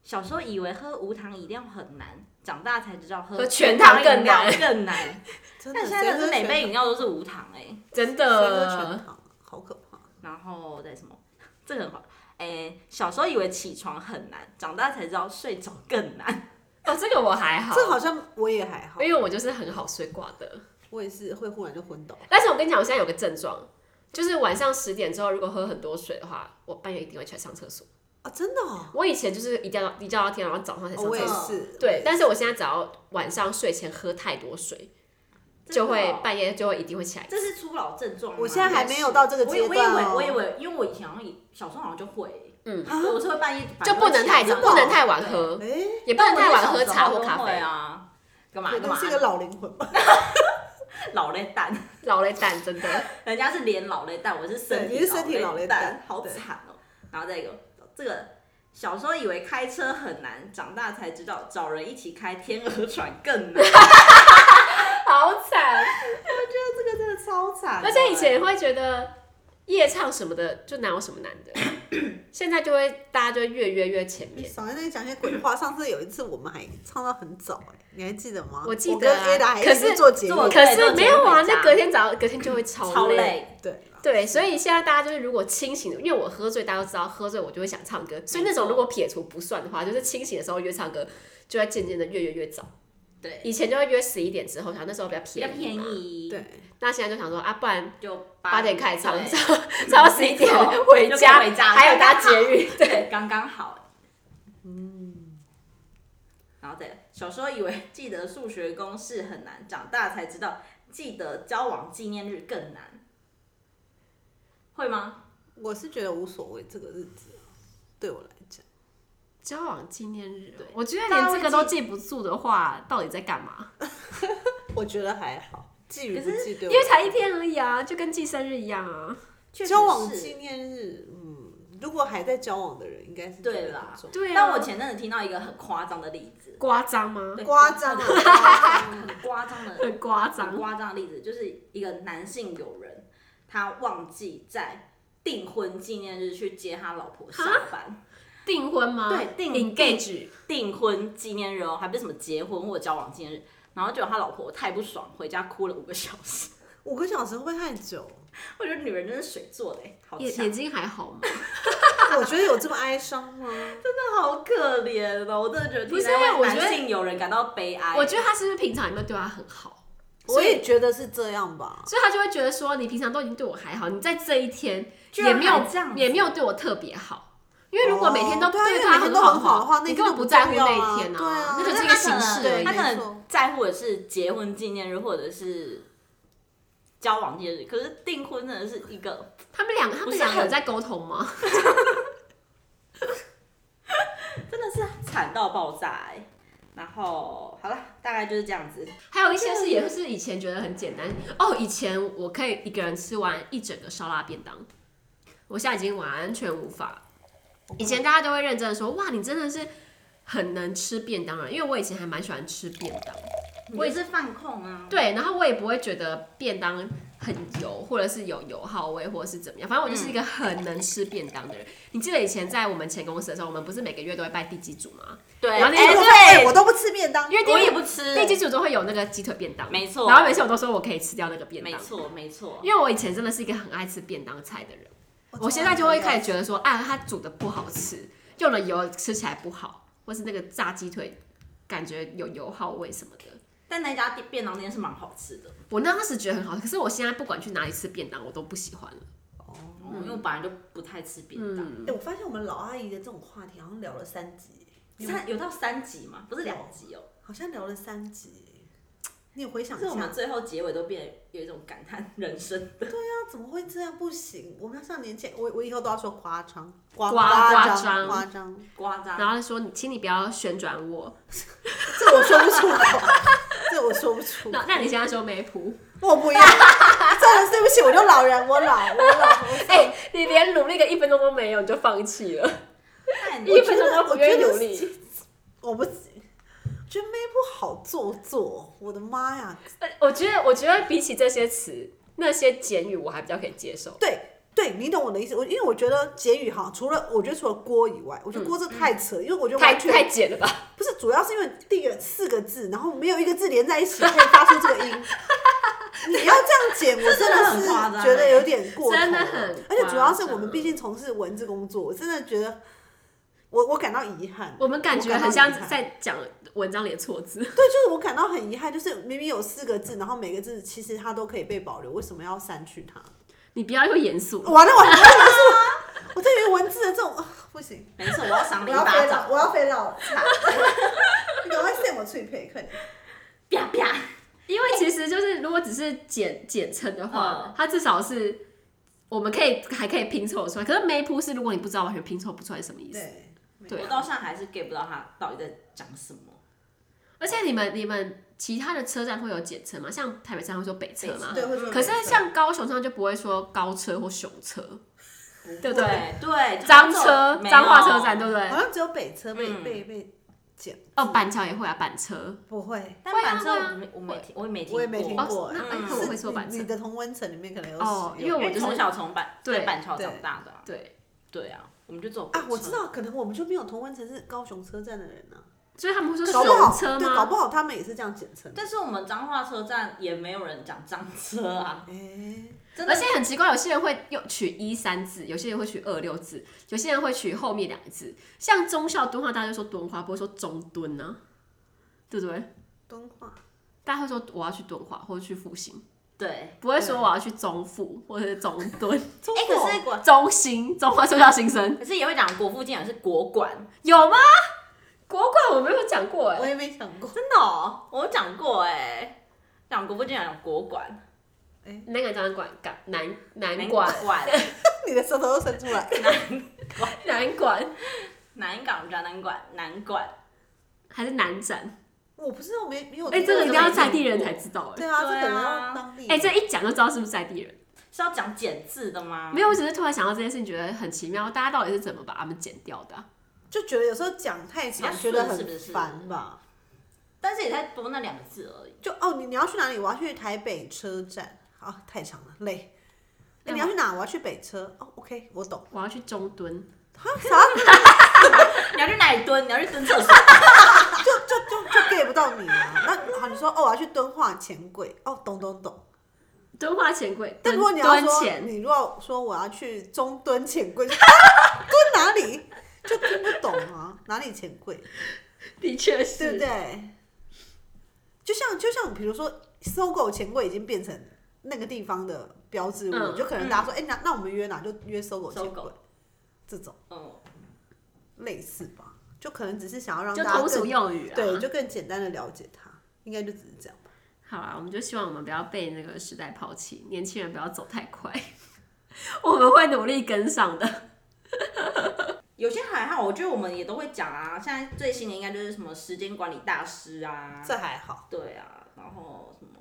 [SPEAKER 3] 小时候以为喝无糖饮料很难，长大才知道喝
[SPEAKER 1] 喝全糖更
[SPEAKER 3] 饮料
[SPEAKER 1] 难
[SPEAKER 3] 更难。
[SPEAKER 2] 真的
[SPEAKER 3] 但现在真的是每杯饮
[SPEAKER 2] 谁
[SPEAKER 3] 料都是无糖哎、
[SPEAKER 1] 真
[SPEAKER 2] 喝全谁喝
[SPEAKER 1] 的
[SPEAKER 2] 全。糖，好可怕。
[SPEAKER 3] 然后再什么？ 这个很好。哎、小时候以为起床很难，长大才知道睡着更难。
[SPEAKER 1] 哦，这个我还好，
[SPEAKER 2] 这好像我也还好，
[SPEAKER 1] 因为我就是很好睡挂的。
[SPEAKER 2] 我也是会忽然就昏倒。
[SPEAKER 1] 但是我跟你讲，我现在有个症状，就是晚上十点之后，如果喝很多水的话，我半夜一定会起来上厕所。
[SPEAKER 2] 啊，真的哦，
[SPEAKER 1] 我以前就是一定要一觉到天，然后早上才上
[SPEAKER 2] 我
[SPEAKER 1] 厕
[SPEAKER 2] 也
[SPEAKER 1] 所。
[SPEAKER 2] 是。
[SPEAKER 1] 对，，但是我现在只要晚上睡前喝太多水，
[SPEAKER 2] 哦
[SPEAKER 1] 就会半夜就会一定会起来。
[SPEAKER 3] 哦这是初老症状吗。
[SPEAKER 2] 我现在还没有到这个
[SPEAKER 3] 我以
[SPEAKER 2] 阶
[SPEAKER 3] 我以为
[SPEAKER 2] 段哦。
[SPEAKER 3] 我以为，因为我以前好像以小时候好像就会，
[SPEAKER 1] 嗯
[SPEAKER 3] 所以我是会半夜
[SPEAKER 1] 就不能太
[SPEAKER 3] 早
[SPEAKER 1] 早，
[SPEAKER 2] 真的哦
[SPEAKER 1] 不能太晚喝，
[SPEAKER 2] 哎，
[SPEAKER 1] 也不能太晚喝茶或咖啡。
[SPEAKER 3] 啊。干嘛
[SPEAKER 2] 可
[SPEAKER 3] 干
[SPEAKER 2] 能
[SPEAKER 3] 嘛
[SPEAKER 2] 是？个老灵魂吧。
[SPEAKER 3] 老泪蛋，
[SPEAKER 1] 老了蛋 真的，
[SPEAKER 3] 人家是连老泪蛋，我是身体
[SPEAKER 2] 对你是身体
[SPEAKER 3] 老泪
[SPEAKER 2] 老泪
[SPEAKER 3] 蛋
[SPEAKER 2] 蛋，
[SPEAKER 3] 好
[SPEAKER 2] 对
[SPEAKER 3] 惨哦。然后再一个，这个小时候以为开车很难，长大才知道找人一起开天鹅船更难。
[SPEAKER 1] 好惨。
[SPEAKER 3] 这个真的超惨的，
[SPEAKER 1] 而且以
[SPEAKER 2] 欸
[SPEAKER 1] 前也会觉得夜唱什么的就哪有什么难的，现在就会大家就会越约越前面。
[SPEAKER 2] 少在那里讲些鬼话。上次有一次我们还唱到很早，哎，你还记得吗？
[SPEAKER 1] 我记得啊
[SPEAKER 2] 跟 Ada 还
[SPEAKER 1] 可
[SPEAKER 2] 一
[SPEAKER 1] 是
[SPEAKER 2] 起做节目
[SPEAKER 3] 做。
[SPEAKER 1] 可是
[SPEAKER 3] 对
[SPEAKER 1] 没有啊，
[SPEAKER 3] 都直接回家
[SPEAKER 1] 那隔天早上隔天就会超
[SPEAKER 3] 超
[SPEAKER 1] 累。
[SPEAKER 3] 累，
[SPEAKER 2] 对啦，
[SPEAKER 1] 对，所以现在大家就是如果清醒的，因为我喝醉，大家都知道喝醉我就会想唱歌，所以那种如果撇除不算的话，就是清醒的时候约唱歌，就会渐渐的越约越早。
[SPEAKER 3] 对，
[SPEAKER 1] 以前就会约十一点之后，想那时候比较
[SPEAKER 3] 比较
[SPEAKER 1] 便宜
[SPEAKER 3] 便
[SPEAKER 1] 嘛。
[SPEAKER 3] 宜，，
[SPEAKER 2] 对，
[SPEAKER 1] 那现在就想说啊，不然
[SPEAKER 3] 就
[SPEAKER 1] 八点开始唱，
[SPEAKER 3] 对
[SPEAKER 1] 唱唱到十一点
[SPEAKER 3] 没错
[SPEAKER 1] 回
[SPEAKER 3] 就可以
[SPEAKER 1] 家，
[SPEAKER 3] 回家
[SPEAKER 1] 还有搭捷 运。
[SPEAKER 3] 对，刚刚好，嗯，然后再小时候以为记得数学公式很难，长大才知道记得交往纪念日更难，会吗？
[SPEAKER 2] 我是觉得无所谓这个日子啊，对我来讲。
[SPEAKER 1] 交往纪念日哦，我觉得
[SPEAKER 3] 大家
[SPEAKER 1] 连
[SPEAKER 3] 会
[SPEAKER 1] 这个都记不住的话，到底在干嘛？
[SPEAKER 2] 我觉得还好，记与不记
[SPEAKER 1] 因
[SPEAKER 2] 对我
[SPEAKER 1] 为
[SPEAKER 2] 来说。
[SPEAKER 1] 才一天而已啊，就跟记生日一样啊。
[SPEAKER 3] 确实
[SPEAKER 2] 交往
[SPEAKER 3] 是
[SPEAKER 2] 纪念日，嗯，如果还在交往的人，应该是
[SPEAKER 3] 对
[SPEAKER 2] 啦
[SPEAKER 3] 啦，
[SPEAKER 1] 对啊，
[SPEAKER 3] 但我前阵子听到一个很夸张的例子，
[SPEAKER 1] 夸张吗？
[SPEAKER 3] 对
[SPEAKER 2] 夸张啊，夸张啊
[SPEAKER 3] 很夸张的
[SPEAKER 1] 很夸张
[SPEAKER 3] 很。夸张的例子，就是一个男性友人，他忘记在订婚纪念日去接他老婆上班。
[SPEAKER 1] 订婚吗？
[SPEAKER 3] 对订
[SPEAKER 1] engage
[SPEAKER 3] 订婚纪念日哦，还不是什么结婚或者交往纪念日。然后就他老婆太不爽，回家哭了五个小时。
[SPEAKER 2] 五个小时会不会太久，
[SPEAKER 3] 我
[SPEAKER 2] 我
[SPEAKER 3] 觉得女人真是水做的欸，好
[SPEAKER 1] 眼
[SPEAKER 3] 强
[SPEAKER 1] 眼，睛还好吗？
[SPEAKER 2] 觉得有这么哀伤吗？
[SPEAKER 3] 真的好可怜哦！我真的觉得
[SPEAKER 1] 不是
[SPEAKER 3] 替那位
[SPEAKER 1] 我觉得
[SPEAKER 3] 男性友人感到悲哀。
[SPEAKER 1] 我觉得他是不是平常有没有对他很好？
[SPEAKER 2] 我也觉得是这样吧。
[SPEAKER 1] 所以他就会觉得说，你平常都已经对我还好，你在这一天
[SPEAKER 3] 居然
[SPEAKER 1] 也没有
[SPEAKER 3] 还这样子
[SPEAKER 1] 也没有对我特别好。因为如果每天都
[SPEAKER 2] 哦对啊
[SPEAKER 1] 他
[SPEAKER 2] 因为每天都
[SPEAKER 1] 好
[SPEAKER 2] 很好的话那
[SPEAKER 1] 你
[SPEAKER 2] 天
[SPEAKER 1] 根本
[SPEAKER 2] 就
[SPEAKER 1] 不
[SPEAKER 2] 不
[SPEAKER 1] 在乎
[SPEAKER 2] 重要
[SPEAKER 1] 那
[SPEAKER 2] 啊
[SPEAKER 1] 一天
[SPEAKER 2] 对啊
[SPEAKER 1] 那只是一
[SPEAKER 3] 哦他
[SPEAKER 1] 个
[SPEAKER 3] 可
[SPEAKER 1] 形式而
[SPEAKER 3] 能
[SPEAKER 1] 已
[SPEAKER 3] 他。可
[SPEAKER 2] 没错
[SPEAKER 3] 能在乎的是结婚纪念日或者是交往纪念日，可是订婚真的是一个
[SPEAKER 1] 他们两个他
[SPEAKER 3] 不
[SPEAKER 1] 们
[SPEAKER 3] 是
[SPEAKER 1] 两个有
[SPEAKER 3] 很
[SPEAKER 1] 在沟通吗？
[SPEAKER 3] 真的是惨到爆炸哎、然后好了，大概就是这样子。
[SPEAKER 1] 还有一些是也是以前觉得很简单哦，以前我可以一个人吃完一整个烧腊便当，我现在已经完全无法。以前大家都会认真的说，哇，你真的是很能吃便当了，因为我以前还蛮喜欢吃便当，
[SPEAKER 3] 我也是放空啊，
[SPEAKER 1] 对，然后我也不会觉得便当很油，或者是有油耗味，或者是怎么样，反正我就是一个很能吃便当的人。你记得以前在我们前公司的时候，我们不是每个月都会拜地基组吗？
[SPEAKER 3] 对，
[SPEAKER 1] 然后那
[SPEAKER 2] 哎、
[SPEAKER 1] 哎
[SPEAKER 2] 我
[SPEAKER 3] 对，
[SPEAKER 2] 哎我都不吃便当，
[SPEAKER 1] 因为
[SPEAKER 3] 我
[SPEAKER 1] 地
[SPEAKER 3] 也不吃，
[SPEAKER 1] 地基组都会有那个鸡腿便当，
[SPEAKER 3] 没错
[SPEAKER 1] 然后每次我都说我可以吃掉那个便
[SPEAKER 3] 没
[SPEAKER 1] 当，
[SPEAKER 3] 错没错，
[SPEAKER 1] 因为我以前真的是一个很爱吃便当菜的人，我现在就会开始觉得说，啊，它煮的不好吃，用了油吃起来不好，或是那个炸鸡腿感觉有油耗味什么的。
[SPEAKER 3] 但那家店便当店是蛮好吃的，
[SPEAKER 1] 我那当时觉得很好，可是我现在不管去哪里吃便当，我都不喜欢了。
[SPEAKER 3] 因为我本来就不太吃便当，
[SPEAKER 2] 哎、我发现我们老阿姨的这种话题好像聊了三集，
[SPEAKER 3] 三有到三集嘛，不是两集哦，
[SPEAKER 2] 好像聊了三集。你回想
[SPEAKER 3] 可
[SPEAKER 2] 一
[SPEAKER 3] 是我
[SPEAKER 2] 下
[SPEAKER 3] 们，最后结尾都变得有一种感叹人生的，
[SPEAKER 2] 那怎么会这样？不行，我们要上年纪，我我以后都要说夸张，夸
[SPEAKER 1] 夸
[SPEAKER 2] 夸
[SPEAKER 1] 夸张
[SPEAKER 2] 夸张，
[SPEAKER 3] 刮张，
[SPEAKER 1] 然后说，你请你不要旋转我。
[SPEAKER 2] 这我说不出口，这我说不出口
[SPEAKER 1] 那，那你现在说没谱？
[SPEAKER 2] 我不要， 真的对不起，我就老人，我老，我老，我
[SPEAKER 1] 哎、 你连努力个一分钟都没有，你就放弃了，
[SPEAKER 3] 但
[SPEAKER 1] 一
[SPEAKER 3] 你
[SPEAKER 1] 分钟 都不愿意努力。
[SPEAKER 2] 我不，觉得 Maple 好做作，我的妈呀！
[SPEAKER 1] 呃我觉得，我觉得比起这些词，那些简语我还比较可以接受。
[SPEAKER 2] 对对，你懂我的意思。我因为我觉得结语哈，除了我觉得除了锅以外，我觉得锅这太扯，因为我觉得
[SPEAKER 1] 嗯太
[SPEAKER 2] 完
[SPEAKER 1] 太
[SPEAKER 2] 全
[SPEAKER 1] 简了吧？
[SPEAKER 2] 不是，主要是因为第一个四个字，然后没有一个字连在一起可以发出这个音。你要这样剪，我真的
[SPEAKER 3] 真的很夸张
[SPEAKER 2] 是觉得有点过头了，
[SPEAKER 1] 真的很
[SPEAKER 2] 而且主要是我
[SPEAKER 1] 夸张
[SPEAKER 2] 们毕竟从事文字工作，我真的觉得我我感到遗憾。
[SPEAKER 1] 我们感觉
[SPEAKER 2] 到
[SPEAKER 1] 很
[SPEAKER 2] 遗
[SPEAKER 1] 像
[SPEAKER 2] 憾
[SPEAKER 1] 在讲文章里的错字。
[SPEAKER 2] 对，就是我感到很遗憾，就是明明有四个字，然后每个字其实它都可以被保留，为什么要删去它？
[SPEAKER 1] 你不要又严肃了。
[SPEAKER 2] 完了，我我真的是我对于文字的这种、啊、不行，
[SPEAKER 3] 没错，我要赏
[SPEAKER 2] 我
[SPEAKER 3] 你一
[SPEAKER 2] 要
[SPEAKER 3] 巴
[SPEAKER 2] 飞到，
[SPEAKER 3] 掌，
[SPEAKER 2] 我要飞 到，惨你赶快扇我脆皮，快点！
[SPEAKER 3] 啪啪，
[SPEAKER 1] 因为其实就是，如果只是简简称的话，
[SPEAKER 3] 嗯
[SPEAKER 1] 它至少是我们可以还可以拼凑得出来。可是梅铺是，如果你不知道，完全拼凑不出来是什么意思。
[SPEAKER 2] 对，
[SPEAKER 1] 对
[SPEAKER 3] 我到现在还是 get 不到他到底在讲什么。
[SPEAKER 1] 而且你们你们其他的车站会有简称吗？像台北站会说北车吗？
[SPEAKER 2] 对，会说
[SPEAKER 1] 可是像高雄上就不会说高车或熊车，对不对？
[SPEAKER 3] 对对，
[SPEAKER 1] 彰
[SPEAKER 3] 他
[SPEAKER 1] 车
[SPEAKER 3] 们、没有
[SPEAKER 1] 彰化车站，，对不对
[SPEAKER 2] 好？像只有北车被、
[SPEAKER 3] 嗯
[SPEAKER 2] 被被剪，
[SPEAKER 1] 哦，板桥也会啊，板车。
[SPEAKER 2] 不会。
[SPEAKER 3] 但
[SPEAKER 1] 会啊
[SPEAKER 3] 板车
[SPEAKER 1] 会啊
[SPEAKER 3] 我没我没听，我也没听，
[SPEAKER 2] 我也没听
[SPEAKER 1] 哦
[SPEAKER 2] 过，
[SPEAKER 1] 那
[SPEAKER 2] 嗯
[SPEAKER 3] 哎我
[SPEAKER 1] 会说
[SPEAKER 2] 是
[SPEAKER 1] 板
[SPEAKER 2] 你
[SPEAKER 1] 车
[SPEAKER 2] 你的同温层里面可能有哎
[SPEAKER 1] 哦
[SPEAKER 2] 使用
[SPEAKER 1] 因为我
[SPEAKER 3] 因为
[SPEAKER 1] 就是
[SPEAKER 3] 从小从板
[SPEAKER 1] 对
[SPEAKER 3] 在板桥
[SPEAKER 2] 对
[SPEAKER 3] 长大的啊，
[SPEAKER 1] 对，
[SPEAKER 3] 对啊，我们就走
[SPEAKER 2] 啊，我知，道，可能我们就没有同温层是高雄车站的人啊，
[SPEAKER 1] 所以他们会说
[SPEAKER 2] 搞不好
[SPEAKER 1] 熊车
[SPEAKER 2] 对，搞
[SPEAKER 1] 吗？
[SPEAKER 2] 不好他们也是这样简称。
[SPEAKER 3] 但是我们彰化车站也没有人讲彰车啊，
[SPEAKER 2] 哎，
[SPEAKER 3] 真的
[SPEAKER 1] 而且很奇怪，有些人会用取一三字，有些人会取二六字，有些人会取后面两个字。像中校敦化，大家就说敦化，不会说中敦呢、对不对？
[SPEAKER 2] 敦化
[SPEAKER 1] 大家会说我要去敦化，或者去复兴，
[SPEAKER 3] 对。
[SPEAKER 1] 不会说我要去中复或者是中敦、
[SPEAKER 2] 中
[SPEAKER 3] 哎，
[SPEAKER 2] 国
[SPEAKER 3] 可是国，
[SPEAKER 1] 中兴、中华中校新生
[SPEAKER 3] 可是也会讲国父纪念馆是国馆，
[SPEAKER 1] 有吗？国馆我没有讲过哎、
[SPEAKER 2] 我也没想过。
[SPEAKER 3] 真的哦，我有讲过哎，讲国父纪念馆讲国馆，
[SPEAKER 1] 那个展馆港南南
[SPEAKER 3] 馆
[SPEAKER 1] 馆
[SPEAKER 2] 你的舌头都伸出来，
[SPEAKER 1] 南馆
[SPEAKER 3] 南港展览馆南馆，
[SPEAKER 1] 还是南展？
[SPEAKER 2] 我不知道，没没有。
[SPEAKER 1] 哎、这个一定要在
[SPEAKER 2] 在
[SPEAKER 1] 地人才知道哎、
[SPEAKER 2] 对啊，这
[SPEAKER 3] 对啊
[SPEAKER 2] 可能要当地。
[SPEAKER 1] 哎、这一讲就知道是不是在地人。
[SPEAKER 3] 是要讲简字的
[SPEAKER 2] 啊
[SPEAKER 3] 吗？
[SPEAKER 1] 没有，我只是突然想到这件事情，觉得很奇妙，大家到底是怎么把它们剪掉的啊、
[SPEAKER 2] 就觉得有时候讲太
[SPEAKER 3] 比
[SPEAKER 2] 长，
[SPEAKER 3] 较
[SPEAKER 2] 觉得
[SPEAKER 3] 顺是不
[SPEAKER 2] 很
[SPEAKER 3] 是
[SPEAKER 2] 烦吧？
[SPEAKER 3] 但是也才多那两个字而已。
[SPEAKER 2] 就哦，你你要去哪里？我要去台北车站。好，太长了，累。哎，
[SPEAKER 1] 干嘛
[SPEAKER 2] 你要去哪？我要去北车。哦，OK，我懂。
[SPEAKER 1] 我要去中敦，
[SPEAKER 2] 哈啥？
[SPEAKER 3] 你要去哪里蹲？你要去蹲厕所？
[SPEAKER 2] 就就就就 get 不到你啊？那好，你说哦，我要去敦化钱柜。哦，懂懂懂。
[SPEAKER 1] 敦化钱柜，
[SPEAKER 2] 但
[SPEAKER 1] 敦
[SPEAKER 2] 如果你要
[SPEAKER 1] 敦
[SPEAKER 2] 说，
[SPEAKER 1] 钱，
[SPEAKER 2] 你如果说我要去中敦钱柜，就蹲哪里？就听不懂啊，哪里钱柜？
[SPEAKER 1] 的确是，
[SPEAKER 2] 对不对？就像就像比如说，搜狗钱柜已经变成那个地方的标志物，
[SPEAKER 1] 嗯
[SPEAKER 2] 就可能大家说，哎、那那我们约哪？就约搜狗钱
[SPEAKER 3] 搜
[SPEAKER 2] 柜
[SPEAKER 3] 狗，
[SPEAKER 2] 这种
[SPEAKER 3] 嗯，
[SPEAKER 2] 类似吧，就可能只是想要让
[SPEAKER 1] 就
[SPEAKER 2] 大家
[SPEAKER 1] 通俗
[SPEAKER 2] 更
[SPEAKER 1] 用语啊。
[SPEAKER 2] 对，就更简单的了解它，应该就只是这样吧。
[SPEAKER 1] 好啊，我们就希望我们不要被那个时代抛弃，年轻 人不要走太快，我们会努力跟上的。
[SPEAKER 3] 有些还好，我觉得我们也都会讲啊。现在最新的应该就是什么时间管理大师啊，
[SPEAKER 2] 这还好。
[SPEAKER 3] 对啊，然后什么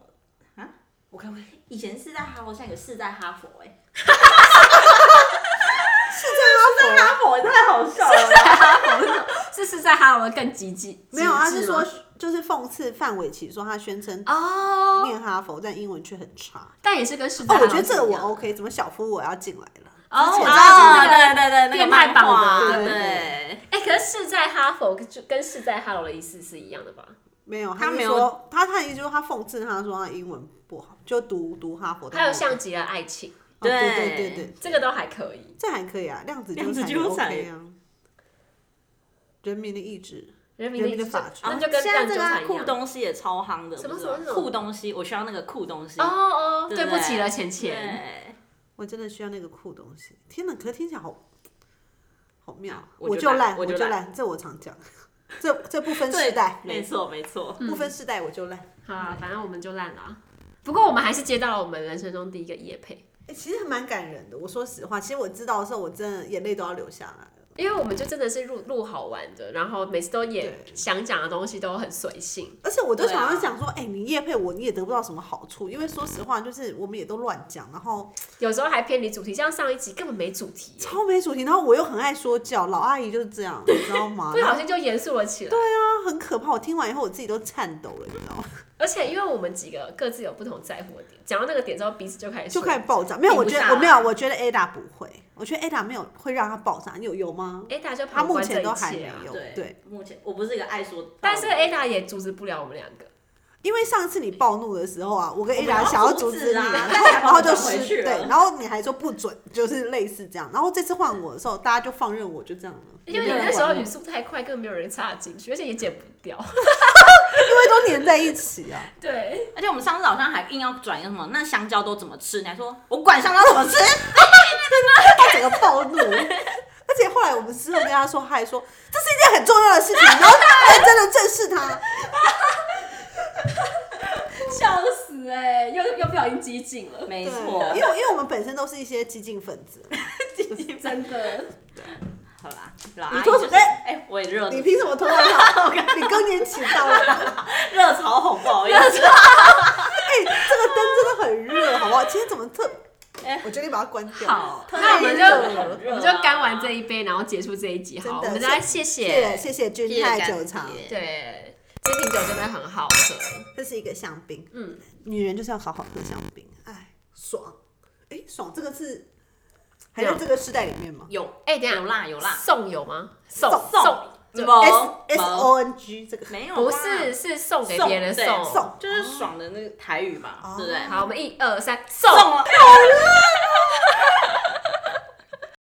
[SPEAKER 3] 啊
[SPEAKER 2] 我看看，
[SPEAKER 3] 以前是在哈佛，现在有是在哈佛哎、 欸，
[SPEAKER 2] 这
[SPEAKER 3] 哈佛也太好笑了。
[SPEAKER 1] 是是在哈罗更积极，
[SPEAKER 2] 没有，他
[SPEAKER 1] 极
[SPEAKER 2] 是
[SPEAKER 1] 致
[SPEAKER 2] 说
[SPEAKER 1] 吗
[SPEAKER 2] 就是讽刺范玮琪，说他宣称
[SPEAKER 1] 哦，
[SPEAKER 2] 念哈佛，但英文却很差。
[SPEAKER 1] 但也是跟是在
[SPEAKER 2] 哦，
[SPEAKER 1] 哈
[SPEAKER 2] 我
[SPEAKER 1] 罗
[SPEAKER 2] 觉得这个
[SPEAKER 1] 不一
[SPEAKER 2] 我
[SPEAKER 1] 样
[SPEAKER 2] OK，怎么小夫我要进来了？
[SPEAKER 1] 哦
[SPEAKER 2] 之前
[SPEAKER 1] 我
[SPEAKER 2] 在
[SPEAKER 1] 知道那
[SPEAKER 2] 那个
[SPEAKER 1] 个
[SPEAKER 3] 对哦对对，那个
[SPEAKER 1] 变态
[SPEAKER 3] 漫
[SPEAKER 1] 榜的
[SPEAKER 3] 画
[SPEAKER 1] 对
[SPEAKER 3] 对
[SPEAKER 2] 对
[SPEAKER 1] 哎、可是是在哈佛就跟是在哈罗的意思是一样的吧？
[SPEAKER 2] 哦没有，
[SPEAKER 3] 他
[SPEAKER 2] 是
[SPEAKER 3] 没有
[SPEAKER 2] 说他他意思就是他讽刺他说他英文不好，就读读哈佛的
[SPEAKER 1] 还有
[SPEAKER 2] 哈佛
[SPEAKER 1] 像极了爱情，
[SPEAKER 2] 哦对对
[SPEAKER 3] 对
[SPEAKER 2] 对对，
[SPEAKER 1] 这个都还可以。
[SPEAKER 2] 这还可以啊，量子
[SPEAKER 3] 量子
[SPEAKER 2] 纠
[SPEAKER 3] 纠缠
[SPEAKER 2] 缠也 OK 啊，人民的意志，
[SPEAKER 1] 人民
[SPEAKER 2] 人民的法治
[SPEAKER 1] 那就跟
[SPEAKER 3] 现在
[SPEAKER 1] 量
[SPEAKER 3] 这
[SPEAKER 1] 子纠
[SPEAKER 3] 个啊
[SPEAKER 1] 缠一
[SPEAKER 3] 酷
[SPEAKER 1] 样。
[SPEAKER 3] 东西也超夯的，
[SPEAKER 1] 什么
[SPEAKER 3] 不是吗
[SPEAKER 1] 什么什么
[SPEAKER 3] 酷东西？我需要那个酷东西。
[SPEAKER 1] 哦哦，
[SPEAKER 3] 对
[SPEAKER 1] 对
[SPEAKER 3] 不
[SPEAKER 1] 不
[SPEAKER 3] 对
[SPEAKER 1] 起了，钱
[SPEAKER 3] 对
[SPEAKER 1] 钱。
[SPEAKER 2] 我真的需要那个酷东西。天哪，可是听起来好好妙，
[SPEAKER 3] 我就
[SPEAKER 2] 就
[SPEAKER 3] 烂
[SPEAKER 2] 烂，
[SPEAKER 3] 我
[SPEAKER 2] 我
[SPEAKER 3] 就
[SPEAKER 2] 就
[SPEAKER 3] 烂
[SPEAKER 2] 烂，这我常讲， 这这不分
[SPEAKER 3] 对嗯
[SPEAKER 2] 世代，
[SPEAKER 3] 没错没错。
[SPEAKER 2] 不分世代我就烂。
[SPEAKER 1] 好啊，反正我们就烂了啊。不过我们还是接到了我们人生中第一个夜配，
[SPEAKER 2] 哎、其实还蛮感人的。我说实话，其实我知道的时候，我真的眼泪都要流下来了。
[SPEAKER 1] 因为我们就真的是录录好玩的，然后每次都也
[SPEAKER 2] 对
[SPEAKER 1] 想讲的东西都很随性。
[SPEAKER 2] 而且我都
[SPEAKER 3] 对啊
[SPEAKER 2] 想要讲说，哎、你叶配我你也得不到什么好处，因为说实话，就是我们也都乱讲，然后
[SPEAKER 1] 有时候还偏离主题，像上一集根本没主题耶，
[SPEAKER 2] 超没主题，然后我又很爱说教，老阿姨就是这 样，你知道吗？
[SPEAKER 3] 啊
[SPEAKER 1] 不小心就严肃了起来。
[SPEAKER 2] 啊，很可怕！我听完以后我自己都颤抖了，你知道吗？
[SPEAKER 1] 而且因为我们几个各自有不同在乎的点，讲到那个点之后，彼此就开始
[SPEAKER 2] 就
[SPEAKER 1] 说
[SPEAKER 2] 开始爆炸。没有，我
[SPEAKER 1] 停
[SPEAKER 2] 觉
[SPEAKER 1] 不下
[SPEAKER 2] 得我没
[SPEAKER 1] 来
[SPEAKER 2] 有，啊我觉得 Ada 不会，我觉得 Ada 没有会让她爆炸。你有有吗？
[SPEAKER 1] Ada 哎就
[SPEAKER 2] 她
[SPEAKER 1] 旁
[SPEAKER 2] 目
[SPEAKER 1] 观这
[SPEAKER 2] 前
[SPEAKER 1] 一
[SPEAKER 2] 都还
[SPEAKER 1] 切
[SPEAKER 2] 没
[SPEAKER 1] 啊。
[SPEAKER 2] 有，
[SPEAKER 3] 对
[SPEAKER 2] 对，
[SPEAKER 3] 目前我不是一个爱说道理的人，
[SPEAKER 1] 但是 Ada 也阻止不了我们两个，
[SPEAKER 2] 因为上次你暴怒的时候啊，我跟
[SPEAKER 3] 我们
[SPEAKER 2] Ada
[SPEAKER 3] 要
[SPEAKER 2] 想要
[SPEAKER 3] 阻
[SPEAKER 2] 阻
[SPEAKER 3] 止
[SPEAKER 2] 止你，
[SPEAKER 3] 啊
[SPEAKER 2] 然
[SPEAKER 3] 但 是
[SPEAKER 2] 后
[SPEAKER 3] 还
[SPEAKER 2] 然
[SPEAKER 3] 把
[SPEAKER 2] 后
[SPEAKER 3] 我
[SPEAKER 2] 就
[SPEAKER 3] 转回
[SPEAKER 2] 失
[SPEAKER 3] 去
[SPEAKER 2] 对
[SPEAKER 3] 了，
[SPEAKER 2] 然后你还说不准，就是类似这样。然后这次换我的时候，大家就放任我，就这样了，
[SPEAKER 1] 因为你那时候语速太快，根本没有人插得进去，而且也剪不掉。
[SPEAKER 2] 因为都粘在一起啊。
[SPEAKER 1] 对，
[SPEAKER 3] 而且我们上次好像还硬要转一个什么，那香蕉都怎么吃？你还说我管香蕉怎么吃？
[SPEAKER 2] 他整个暴怒。而且后来我们事后跟他说，他还说这是一件很重要的事情，然 后他还真的正视他。
[SPEAKER 1] 笑死哎、又又不小心激进 了，
[SPEAKER 3] 没
[SPEAKER 2] 对，
[SPEAKER 3] 错，
[SPEAKER 2] 因为因为我们本身都是一些激进分子，
[SPEAKER 1] 真的。
[SPEAKER 3] 好啦，老阿姨
[SPEAKER 2] 你说
[SPEAKER 3] 就
[SPEAKER 2] 什
[SPEAKER 3] 是
[SPEAKER 2] 么
[SPEAKER 3] 哎、我也热
[SPEAKER 2] 你凭什么偷 我老？你更年期到了，
[SPEAKER 3] 热潮红，不好意思，
[SPEAKER 2] 哎、这个灯真的很热，好不好？今天怎么特？
[SPEAKER 3] 哎
[SPEAKER 2] 我决定把它关掉。
[SPEAKER 1] 好，
[SPEAKER 2] 太
[SPEAKER 1] 那我们就
[SPEAKER 2] 热了
[SPEAKER 1] 我们就干完这一杯，然后结束这一集。好，
[SPEAKER 2] 真的
[SPEAKER 1] 我们再谢
[SPEAKER 2] 谢
[SPEAKER 1] 谢。
[SPEAKER 2] 谢谢君
[SPEAKER 3] 谢
[SPEAKER 2] 泰
[SPEAKER 3] 谢
[SPEAKER 2] 酒厂，
[SPEAKER 1] 对，这瓶酒真的很好喝。
[SPEAKER 2] 这是一个香槟，
[SPEAKER 1] 嗯，
[SPEAKER 2] 女人就是要好好喝香槟，哎，爽，哎、爽，这个是还
[SPEAKER 1] 啊
[SPEAKER 2] 在这个时代里面吗
[SPEAKER 3] 有
[SPEAKER 1] 哎、等一下
[SPEAKER 3] 有啦有啦，
[SPEAKER 1] 送有吗？送
[SPEAKER 2] 送
[SPEAKER 1] 就
[SPEAKER 3] 某
[SPEAKER 2] ？S S
[SPEAKER 3] 某
[SPEAKER 2] O N G 这个
[SPEAKER 3] 没有吧，
[SPEAKER 1] 不是是送给别人
[SPEAKER 3] 送
[SPEAKER 1] 送。
[SPEAKER 2] 对送
[SPEAKER 3] 就是爽的那个台语嘛，
[SPEAKER 2] 哦
[SPEAKER 3] 对不对？
[SPEAKER 1] 好，我们一二三
[SPEAKER 3] 送
[SPEAKER 1] 送。
[SPEAKER 3] 了，